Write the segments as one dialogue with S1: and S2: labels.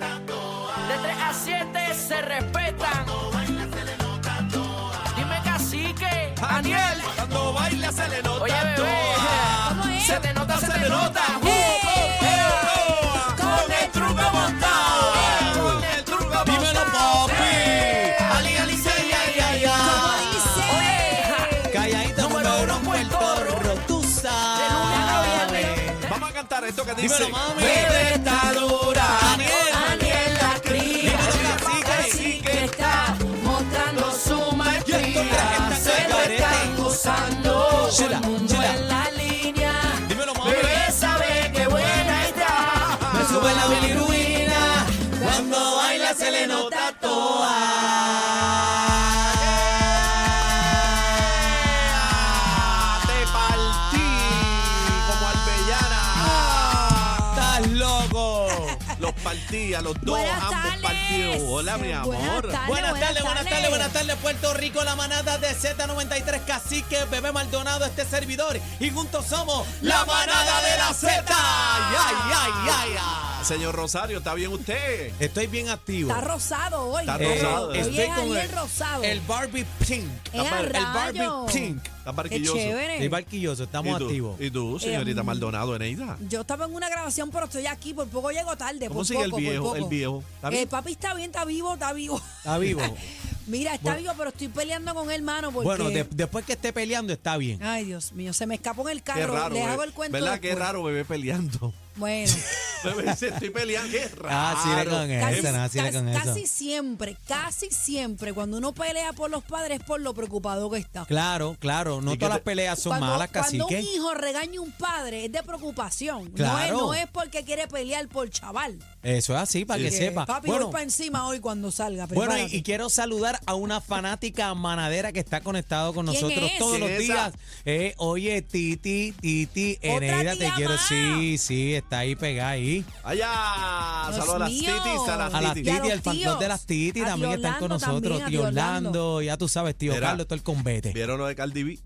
S1: De 3 a 7 se respetan. Dime cacique, Daniel.
S2: Cuando baila se le nota
S1: Oye, bebé. Se te nota, se te nota.
S2: Con el truco montado. Con el truco montado. Dímelo, papi. Ali, ali, se, ay, ay, ay. Calladita, número uno, Puerto Rico. Tú sabes. Vamos a cantar esto que dice. Dímelo, mami. Bebé está dura. Daniel,
S1: Daniel la cría.
S2: Dímelo, cacique.
S1: Que está mostrando su
S2: esto
S1: maestría.
S2: que está
S1: Se lo
S2: carete.
S1: están gozando. Todo
S2: Chila,
S1: el mundo
S2: chila.
S1: en la línea.
S2: Dímelo, mami.
S1: Bebé sabe que buena está.
S2: Me sube la bilirubina. Cuando baila se le nota toa. Te partí como albellana. Estás loco. Los partí a los dos,
S3: Buenas
S2: ambos
S3: tardes.
S2: partidos. Hola, mi amor.
S3: Buenas tardes,
S4: Buenas tardes, buenas tardes,
S3: tardes.
S4: buenas tardes, Puerto Rico, la manada de Z93 Cacique, Bebé Maldonado, este servidor, y juntos somos
S2: La manada de la Z.
S4: Ay, ay, ay, ay.
S2: Señor Rosario, ¿está bien usted?
S4: Estoy bien activo.
S3: Está rosado hoy.
S2: Está
S3: Eh,
S2: rosado.
S3: Hoy
S4: estoy
S3: es Ariel
S4: el,
S3: rosado.
S4: el Barbie Pink.
S3: ¡Eh, a Eh.
S4: el
S3: rayos!
S4: Barbie Pink.
S2: Está
S3: Qué
S2: barquilloso.
S3: chévere.
S4: El barquilloso,
S2: ¿Y
S4: estamos
S2: tú?
S4: activos.
S2: ¿Y tú, señorita
S3: Eh,
S2: Maldonado, Eneida?
S3: Yo estaba en una grabación, pero estoy aquí. Por poco llego tarde.
S2: ¿Cómo
S3: por
S2: sigue el
S3: poco, por
S2: viejo?
S3: poco.
S2: El viejo. ¿Está bien?
S3: Eh, papi está bien, está vivo, está vivo.
S4: Está vivo.
S3: Mira, está
S4: Bueno.
S3: vivo, pero estoy peleando con el mano porque...
S4: bueno, de- después que esté peleando, está bien.
S3: Ay, Dios mío, se me escapó en el
S2: Qué
S3: carro.
S2: raro.
S3: Les
S2: bebé.
S3: hago el cuento
S2: ¿Verdad? Qué
S3: después.
S2: raro bebé peleando.
S3: Bueno,
S2: Bebé dice, estoy peleando. Qué raro.
S4: Ah, sí, le con
S3: casi,
S4: eso, no, sí, le
S3: casi-
S4: con eso.
S3: casi siempre, casi siempre, cuando uno pelea por los padres es por lo preocupado que está.
S4: Claro, claro, no
S2: ¿Y qué
S4: todas
S2: te-
S4: las peleas son
S3: cuando,
S4: malas,
S3: cuando
S4: Cacique.
S3: un hijo regaña a un padre es de preocupación. No
S4: Claro.
S3: es- No, es, porque quiere pelear por chaval.
S4: Eso es así, para que
S3: Que,
S4: sepa.
S3: Papi, voy para encima hoy cuando salga.
S4: Bueno, y,
S3: prepárate.
S4: y quiero saludar a una fanática manadera que está conectado con
S3: ¿Quién
S4: nosotros
S3: es?
S4: todos
S2: ¿Quién
S4: los
S2: es esa?
S4: días. Eh, oye, Titi, Titi,
S3: Otra
S4: Eneida, te
S3: tía
S4: quiero.
S3: más.
S4: Sí, sí, está ahí pegada ahí.
S2: Allá.
S3: Dios
S2: Saludos a las
S3: mío.
S2: titis, a las
S4: A las
S2: titis.
S3: Y a
S4: Titi,
S3: los
S4: al fan club de las
S3: tíos.
S4: Titi
S3: A
S4: también
S3: tío
S4: están con
S3: Orlando
S4: nosotros.
S3: también, a
S4: tío
S3: tío Orlando.
S4: Orlando, ya tú sabes, tío
S2: Mira.
S4: Carlos, todo el convete.
S2: ¿Vieron lo de Cardi B?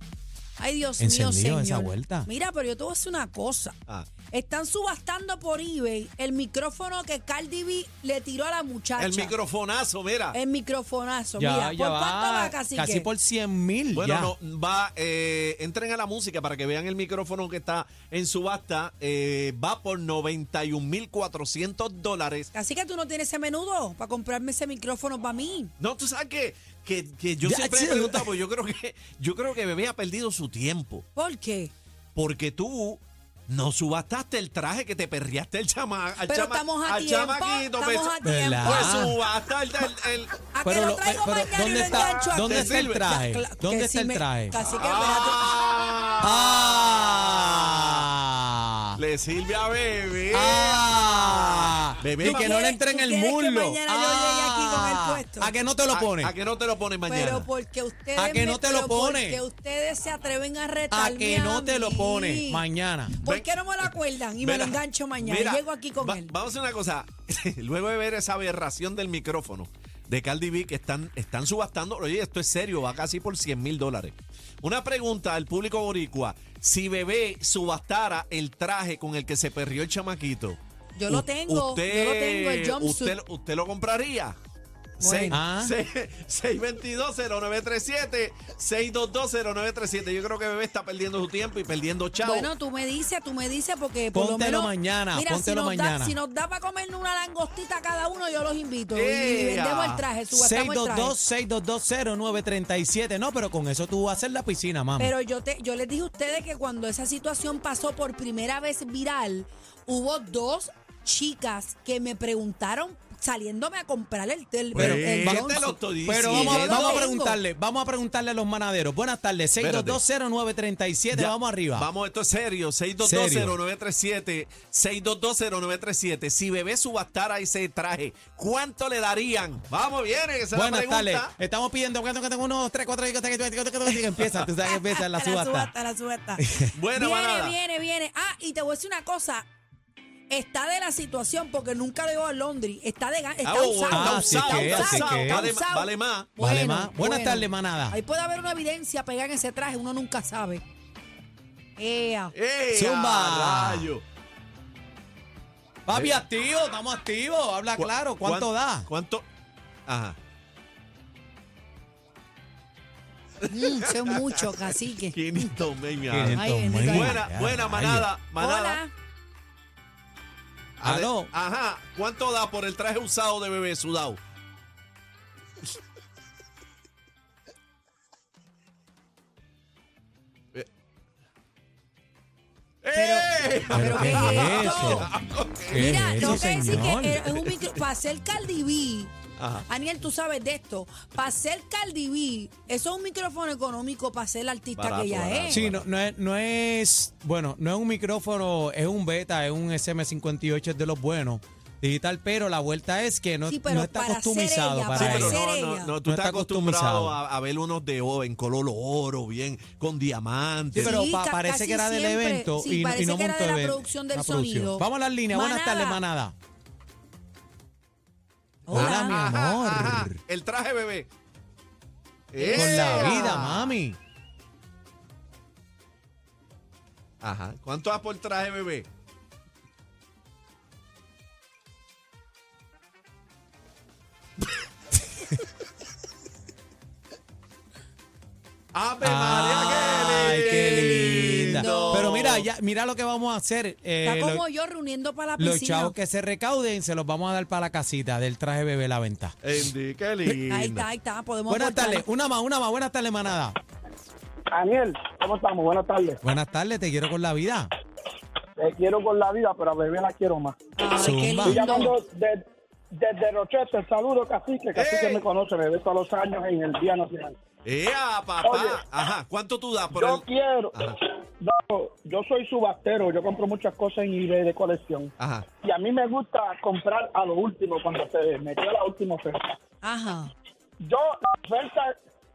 S3: Ay, Dios mío,
S4: Encendido
S3: señor.
S4: esa vuelta.
S3: Mira, pero yo te voy a decir una cosa.
S2: Ah.
S3: Están subastando por eBay el micrófono que Cardi B le tiró a la muchacha.
S2: El microfonazo, mira.
S3: El microfonazo. Mira, ¿por cuánto va, cacique?
S4: Casi por 100 mil.
S2: Bueno,
S4: ya.
S2: no, va, eh, entren a la música para que vean el micrófono que está en subasta. eh, va por 91.400 dólares.
S3: Así que tú no tienes ese menudo para comprarme ese micrófono para mí.
S2: No, tú sabes que, que, que yo
S4: Ya,
S2: siempre
S4: sí.
S2: he preguntado, pues yo creo que yo creo que Bebé ha perdido su tiempo.
S3: ¿Por qué?
S2: Porque tú no subastaste el traje que te perreaste el chama, al
S3: Pero
S2: chama-
S3: estamos a
S2: al
S3: tiempo.
S2: chamaquito, pues,
S3: Estamos a tiempo. Ah.
S4: ¿Verdad?
S2: pues subasta el, el- el-
S3: ¿A que
S4: Pero
S3: lo
S4: lo-
S3: traigo
S4: pero
S3: mañana y
S4: ¿dónde
S3: lo
S4: está-
S3: engancho aquí?
S4: dónde está el
S3: Cla-
S4: traje?
S3: cla-
S4: ¿Dónde
S3: que
S4: está
S3: sí
S4: el
S3: me-
S4: traje?
S3: Casi que
S2: Ah,
S3: Ah.
S4: ¡Ah!
S2: le sirve a Bebé.
S4: ¡Ah!
S2: Bebé,
S4: y que no
S3: ¿Tú
S4: le entre en
S3: quieres-
S4: el
S3: tú quieres que
S4: muslo.
S3: mañana yo llegue aquí con el puesto? Ah,
S4: ¿A que no te lo
S2: ¿A-
S4: pones?
S2: ¿A, que no te lo pones mañana?
S3: Pero porque ustedes.
S4: ¿A que
S3: me-
S4: no te lo
S3: pero
S4: pone?
S3: Porque ustedes se atreven a
S4: ¿A
S3: retarme.
S4: que no te lo
S3: mí?
S4: pones mañana?
S3: ¿Por
S2: Ven-
S3: qué no me lo acuerdan y me
S2: Mira,
S3: lo engancho mañana?
S2: mira,
S3: Llego aquí con
S2: va-
S3: él.
S2: Vamos a hacer una cosa. Luego de ver esa aberración del micrófono de Cardi B que están, están subastando. Oye, esto es serio, va casi por 100 mil dólares. Una pregunta al público boricua. Si Bebé subastara el traje con el que se perrió el chamaquito.
S3: Yo lo
S2: u-
S3: tengo, yo lo tengo, el
S2: Usted,
S3: jumpsuit.
S2: usted lo compraría. Seis-
S4: Ah.
S2: seis- 622-0937, 622-0937. Yo creo que Bebé está perdiendo su tiempo y perdiendo chavo.
S3: Bueno, tú me dices, tú me dices, porque por lo
S4: Póntelo
S3: menos.
S4: mañana,
S3: mira,
S4: póntelo
S3: si nos Da,
S4: mañana.
S3: si nos da para comernos una langostita cada uno, yo los invito. Y- Y
S2: ¡Ea!
S3: vendemos el traje, subastamos el traje.
S4: 622-622-0937. No, pero con eso tú vas a hacer la piscina, mami.
S3: Pero yo te, yo les dije a ustedes que cuando esa situación pasó por primera vez viral, hubo dos chicas que me preguntaron saliéndome a comprar el tel.
S4: Pero,
S2: ¿Qué
S4: vamos-
S2: te lo estoy
S4: pero vamos, a,
S3: diciendo?
S4: vamos a preguntarle, vamos a preguntarle a los manaderos. Buenas tardes,
S2: Espérate.
S4: 6220937,
S2: Ya,
S4: vamos arriba.
S2: Vamos, esto es serio. 6220937. 6220937. Si Bebé subastara ese traje, ¿cuánto le darían? Vamos, viene, que se la
S4: Buenas tardes.
S2: pregunta.
S4: Estamos pidiendo 1, 2, 3, 4, 5, 6, 7, 8, 9, 10. Empieza, tú sabes que empieza la subasta.
S3: La subasta, la subasta.
S2: Bueno,
S3: viene,
S2: manada.
S3: viene, viene. Ah, y te voy a decir una cosa. Está de la situación porque nunca lo veo a Londres. Está de ga-
S2: Ah,
S3: está
S2: oh,
S3: usado,
S2: bueno,
S4: Ah, sí
S2: usado,
S4: que es,
S2: usado,
S4: sí
S2: usado,
S4: que es.
S2: vale-
S3: usado.
S2: Vale más.
S4: Vale más. Buenas tardes, manada.
S3: Ahí puede haber una evidencia pegada en ese traje, uno nunca sabe. Ea.
S2: ¡Ea,
S4: Zumba. Ah,
S2: rayo!
S4: Papi, activo, estamos activos. Habla
S2: ¿Cu-
S4: claro, ¿cuánto
S2: cuán-
S4: da?
S2: ¿Cuánto? Ajá.
S3: Mm, eso es mucho, cacique.
S2: 500 mil, mi alma.
S4: 500
S3: bendito
S4: mil.
S3: Dios.
S2: Buena,
S4: Ay,
S2: buena
S4: rayo.
S2: manada, manada.
S3: Hola.
S2: Ale-
S4: Aló.
S2: Ah, Ajá. ¿Cuánto da por el traje usado de bebé sudado? Eh. ¡Eh!
S3: ¿Pero qué es esto?
S4: ¿Qué
S3: Mira,
S4: es
S3: tengo
S4: eso,
S3: que decir
S4: señor?
S3: que es un micro. Para ser Cardi B,
S2: Ajá.
S3: Aniel, tú sabes de esto. Para ser Cardi B, eso es un micrófono económico para ser el artista
S2: Barato,
S3: que ella
S2: barato.
S3: es.
S4: Sí, no, no es, no es- bueno, no es un micrófono, es un beta, es un SM58, es de los buenos, digital, pero la vuelta es que no,
S3: Sí, pero
S4: no está
S3: para ser
S4: customizado
S3: ella,
S4: para,
S2: Sí,
S3: para
S2: pero
S4: eso.
S3: ser
S2: no,
S3: ella.
S2: no, no, tú estás
S4: No está
S2: acostumbrado
S4: customizado.
S2: a, a ver unos de oro, en color oro, bien, con
S4: Sí,
S2: diamantes.
S4: pero
S3: Sí,
S4: pa-
S3: ca-
S4: parece
S3: casi
S4: que era del
S3: siempre.
S4: evento
S3: Sí,
S4: y, no- y
S3: parece
S4: no
S3: que era de
S4: montó
S3: la
S4: event-
S3: producción del
S4: la producción.
S3: sonido.
S4: Vamos a las líneas. Buenas
S3: Manada.
S4: tardes, manada.
S3: Hola.
S4: mi amor.
S2: Ajá, ajá. El traje, bebé.
S4: Con la
S2: ¡Ea!
S4: vida, mami.
S2: Ajá. ¿Cuánto da por traje, bebé? ¡Ave María,
S3: Ah.
S4: Ay,
S2: qué
S4: qué
S2: lindo!
S4: linda. Pero mira, ya, mira lo que vamos a hacer. eh,
S3: Está
S4: lo-
S3: como yo reuniendo para la
S4: los
S3: piscina.
S4: chavos que se recauden se los vamos a dar para la casita del traje bebé la venta.
S2: Andy, qué lindo.
S3: Ahí está, ahí está. Podemos
S4: Buenas
S3: aportar.
S4: tardes, una más, una más. Buenas tardes, manada.
S5: Daniel, ¿cómo estamos? Buenas tardes.
S4: Buenas tardes, te quiero con la vida.
S5: Te quiero con la vida, pero a bebé la quiero más.
S3: Ay, qué
S4: Zumba.
S5: Estoy
S3: lindo.
S5: llamando de- desde Rochester. Saludos, Cacique. Cacique
S2: ¡Ey!
S5: me conoce, bebé, todos los años en el Día Nacional.
S2: ¡Ea, papá!
S5: Oye.
S2: Ajá, ¿cuánto tú das por
S5: Yo
S2: el...?
S5: quiero...
S2: Ajá.
S5: No, yo soy subastero. Yo compro muchas cosas en eBay de colección.
S2: Ajá.
S5: Y a mí me gusta comprar a lo último cuando se me queda la última oferta.
S3: Ajá.
S5: Yo, la oferta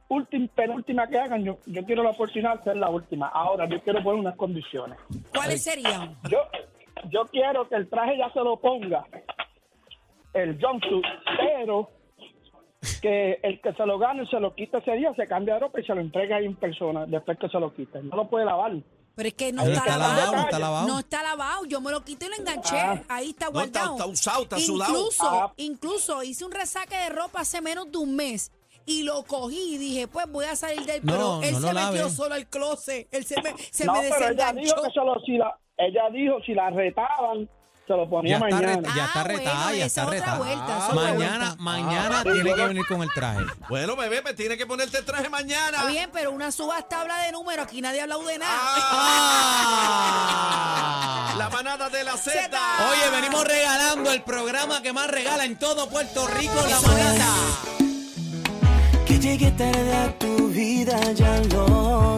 S5: última, penúltima que hagan, yo, yo quiero la oportunidad de ser la última. Ahora, yo quiero poner unas condiciones.
S3: ¿Cuáles serían?
S5: Yo, yo quiero que el traje ya se lo ponga el jumpsuit, pero que el que se lo gane se lo quita ese día, se cambia de ropa y se lo entrega ahí en persona después que se lo quita. No lo puede lavar.
S3: Pero es que no
S4: Pero
S3: está,
S4: está
S3: lavado.
S4: lavado, está lavado.
S3: No está lavado. Yo me lo quité y lo enganché.
S5: Ah.
S3: Ahí está
S2: No, está-
S3: guardado.
S2: está usado, está sudado.
S3: incluso,
S5: Ah.
S3: Incluso hice un resaque de ropa hace menos de un mes. Y lo cogí y dije, pues voy a salir del...
S4: No,
S3: pero él
S4: no lo
S3: se metió
S4: lave.
S3: solo al closet. Él se me, se
S5: no,
S3: me
S5: pero ella
S3: desenganchó.
S5: dijo que se lo, si la, ella dijo si la retaban, se lo
S4: Ya
S5: ponía
S4: está,
S5: mañana.
S4: reta- ya está
S3: Ah, bueno,
S4: retada, ya
S3: esa es
S4: está
S3: otra
S4: retada.
S3: vuelta, esa es otra
S4: mañana,
S3: vuelta.
S4: mañana tiene que venir con el traje.
S2: Bueno, bebé, pues tiene que ponerte el traje mañana.
S3: Está bien, pero una subasta habla de números. Aquí nadie ha hablado de nada.
S2: Ah,
S4: ¡Ah!
S2: La manada de la Z.
S3: Zeta.
S4: Oye, venimos regalando el programa que más regala en todo Puerto Rico, la manada.
S6: Que llegué tarde a tu vida, ya lo